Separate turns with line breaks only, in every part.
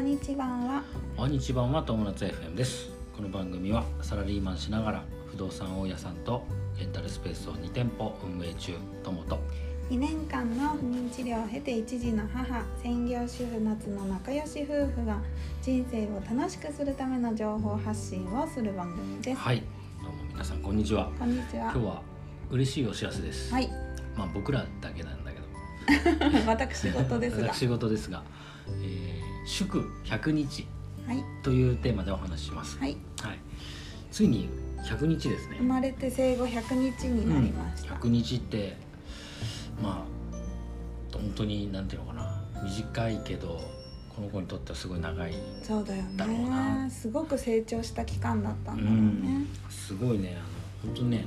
日版は
おはにちばんは友達 FM ですこの番組はサラリーマンしながら不動産大家さんとレンタルスペースを2店舗運営中友と
2年間の不妊治療を経て一児の母専業主婦夏の仲良し夫婦が人生を楽しくするための情報発信をする番組です、
はいどうも皆さんこんにちは
こんにち
今
は
日は嬉しいお知らせです、
はい
まあ僕らだけなんだけど
私事ですが
私事ですが、えー祝100日
はい
というテーマでお話しします、
はい
はい、ついに100日ですね
生まれて生後100日になりました、
100日ってまあ本当になんていうのかな短いけどこの子にとってはすごい長い
そうだよ
だろうな
ねすごく成長した期間だったんだろうね、
すごいねあの本当にね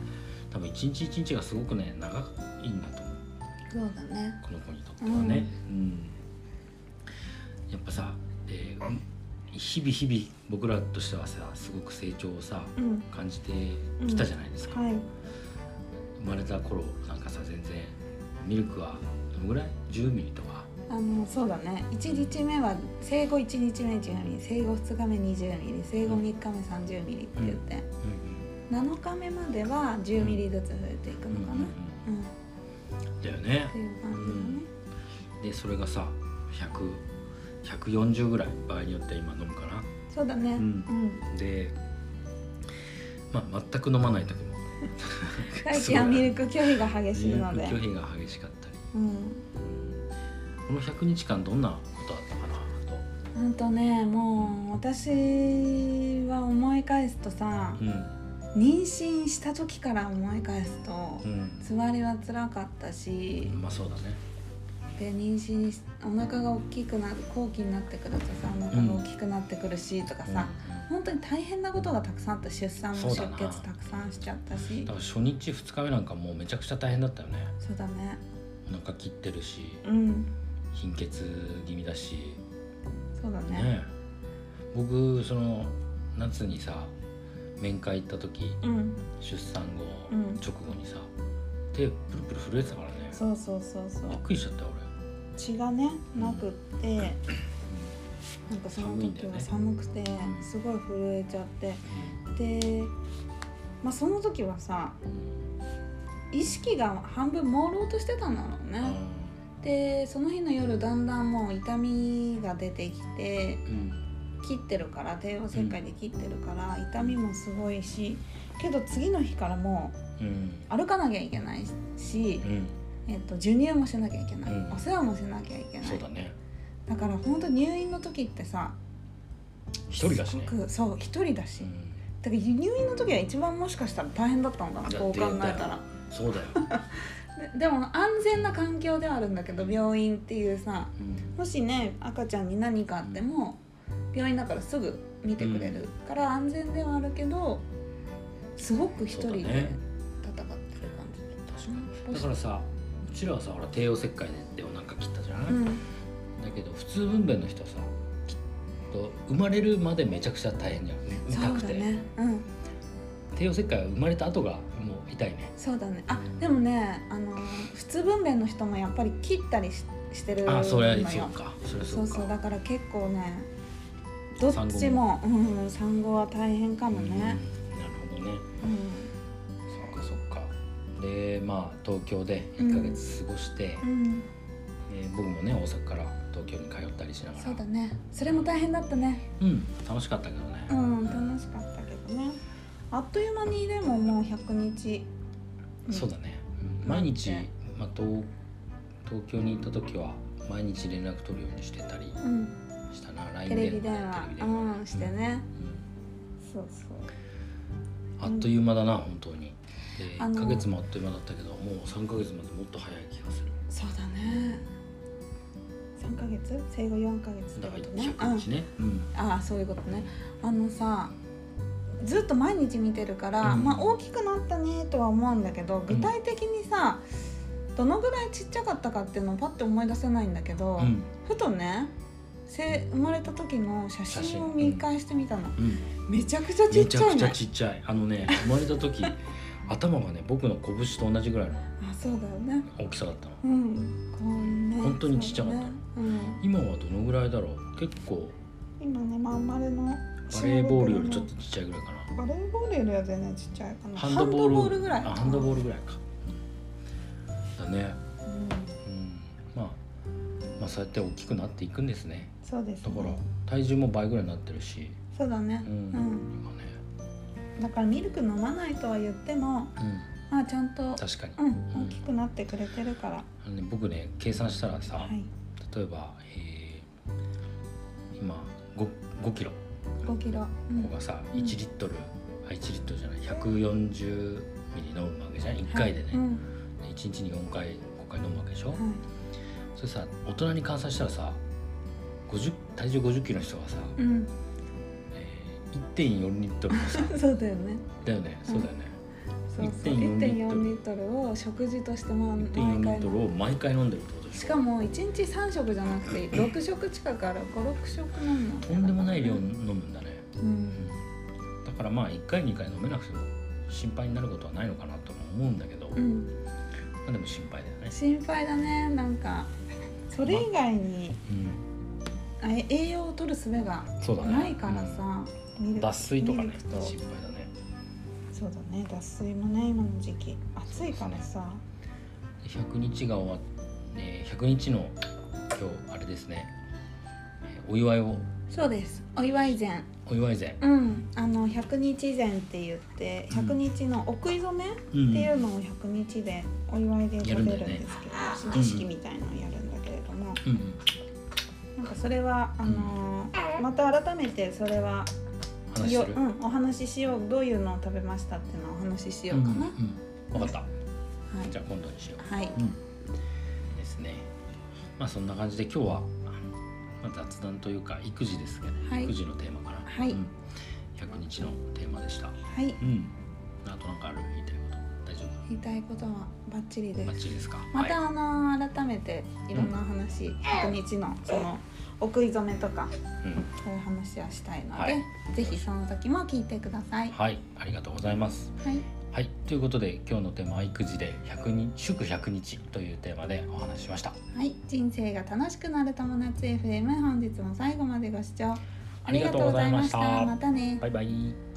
多分一日一日がすごくね長いんだと思う
そうだね
この子にとってはね、うんやっぱさ、えーうん日々日々僕らとしてはさすごく成長をさ
うん
感じてきたじゃないですか、
はい
生まれた頃なんかさ全然ミルクはどのぐらい ?10 ミリとか
あのそうだね1日目は生後1日目10ミリ生後2日目20ミリ生後3日目30ミリって言って、7日目までは10ミリずつ増えていく
うんう
の
ん
かな、うんっ
だよね
ていう感
でそれがさ100 140ぐらい場合によっては今飲むか
じだねそうだね
う
うんん、
なで、まあ、全く飲まない時も
大輝はミルク拒否が激しいので
ミルク拒否が激しかったり、
うん
うんこの100日間どんなことあったかな
ほんとねもう私は思い返すとさ
と、うん
妊娠した時から思い返すと
うん
つわりは辛かったし
まあそうだね
で妊娠しお腹が大きくなる後期になってくるとさお腹が大きくなってくるしとかさ、本当に大変なことがたくさんあった出産も
そう
出
だな
血たくさんしちゃった
う
し
んだから初日2日目なんかもうめちゃくちゃ大変だったよね
そうだね
お腹切ってるし
うん
貧血気味だし
そうだね
ねえ僕その夏にさ面会行った時
うん
出産後、
うん
直後にさ手プルプル震えてたからね
そうそうそうそ
びっ
う
くりしちゃったよ
血がねなくってなんかその
寒いんだ
時
よね
は寒くて
ん
すごい震えちゃってでまあその時はさ
俺、うん
意識が半分朦朧としてたんだろう
あ
ねでその日の夜だんだんもう痛みが出てきて
ーうん
切ってるから帝王切開で切ってるから痛みもすごいしけど次の日からも
うん
う歩かなきゃいけないし
う、ん
えっと授乳もしなきゃいけない、
うん
お世話もしなきゃいけな
そ
いう
だね
だから本当入院の時ってさ
一人だしね
すごくそう一人だし、
うん
だから入院の時は一番もしかしたら大変だったのかな
だって
こう考え
だ
たら
そう だよ、
ででも安全な環境ではあるんだけど病院っていうさ
うん
もしね赤ちゃんに何かあっても病院だからすぐ見てくれるから安全ではあるけどすごく一
そう
人で
だ
戦って
ね
る感じ
確かにだからさうちらはさほら帝王切開でお腹切ったじゃな
う
い、
ん
だけど普通分娩の人はさきっと生まれるまでめちゃくちゃ大変じゃん
そ
痛
う
く
だ
て、
ねうん
帝王切開は生まれた後がもう痛いね
そうだねあでもねあの普通分娩の人もやっぱり切ったりししてるのよ
あそれはそうかそれは
そ
そう
う
か
そうだから結構ねどっちもうん、産後は大変かも
うん
ね、
なるほどね
う
そっかそっかでまあ東京で1ヶ月過ごして、
んうん
えー僕もね大阪から東京に通ったりしながら
そうだねそれも大変だったね
うん楽しかったけどね、
うん楽しかったけどねあっという間にでももう100日、ん
そうだね、うん毎日
ね、
まあ、東東京に行った時は毎日連絡取るようにしてたり
うん、
したな LINE
テレビ電話
テレビ
うんしてね、
うん
そうそう
あっという間だな本当にで
あ
1
の
ヶ月もあっという間だったけどもう3ヶ月までもっと早い気がする
そうだね3ヶ月生後4ヶ月って
だか
こと
ら
ね
100日ねうん
うん、ああそういうことねあのさずっと毎日見てるから、
うん
まあ大きくなったねとは思うんだけど具体的にさ、どのぐらいちっちゃかったかっていうのをパッて思い出せないんだけど、
うん
ふとねせ生まれた時の写
写
真
真
を
うん
見返してみたの、
うん
めちゃくちゃち
め
っ
ち
ち
ゃ
ゃ
く
い
ちゃ
ね
ちっちゃいあのね 生まれた時頭がね僕の拳と同じぐらいの
あそうだよね
大きさだった
う
の
んこんね
本当にちっちゃかった
そうだねうん
今はどのぐらいだろう結構
今ねまん丸の
バレーボールよりちょっとちっちゃいぐらいか
バレーボールよりは全然ちっちゃいかな
なハンドボール
ハンドぐらい
あハンドボ
ー
ールぐらいか、うんだね、
ル、うん、
うんまあ、まあそうやって大きくなっていくんですね
そうです、
だ
ね、
から体重も倍ぐらいになってるし、
そうだね
う
うんん、
今ね、
だからミルク飲まないとは言っても
うん、
まあちゃんと
確かに、
うん大きくなってくれてるから、
あのね、僕ね計算したらさ、
はい
例えば、えー今 5, 5キロ
5キロ、うん
ここがさ
うん
1リットル、あ1リットルじゃない140ミリ飲むわけじゃん1回でね、
はいうん
一1日に4回5回飲むわけでしょ、
はい
それさ大人に換算したらさ50体重5 0キロの人がさ、
うん、
えー、1.4リットルのさ
そうだよね
だよねそうだよね、
そうそう
1.4
1.4
リ
リ
ットル
ットルを食事としても毎
1.4リ
回
ットルを毎回飲んでるってことでしょ
しかも1日3食じゃなくて6食近くある56食飲むの
とんでもない量飲むんだね、
うん
うんだからまあ1回2回飲めなくても心配になることはないのかなとも思うんだけど、
う
ま
ん
あでも心配だよね、
心配だねなんかそれ以外にあ栄養を取る術が
そうだね
ないからさ、ミル
うん
ク
脱水とかね
ミルク
心
と
配だね
そうだね脱水もね今の時期暑いからさ
で100日が終わって100日の今日あれですねえーお祝いを
そうですお祝い膳
お祝い膳、
うんあの100日膳って言って
うん
100日のお食い初めっ
うん
ていうのを100日でお祝いで食べるんですけど
だよね
儀式みたいのをやるんだけれども、
うんうん
なんかそれはあのーまた改めてそれは
話
よ
する、
うん、お話ししようどういうのを食べましたっていうのをお話ししようかな、
うんうん分かった
はい
じゃあ今度にしよう
はい
うん、ですねまあそんな感じで今日は、まあ、雑談というか育児ですけど、
はい
育児のテーマから、
はい
うん、100日のテーマでした、
はい
うん、あとなんかある言いた
言いたい
いこと大丈夫
ことはバッチリで
バッ
す
チリですか
また
はい、
あのー改めていろんなお話、100日のそのお食い初めとか
うん
そういう話はしたいので、
はい
ぜひその時も聞いてください
はい、ありがとうございます
はい
はいということで今日のテーマは育児で100日祝100日というテーマでお話ししました
はい、人生が楽しくなる友達 FM 本日も最後までご視聴
ありがとうございました
ありがとうございましたまたね
バイバイ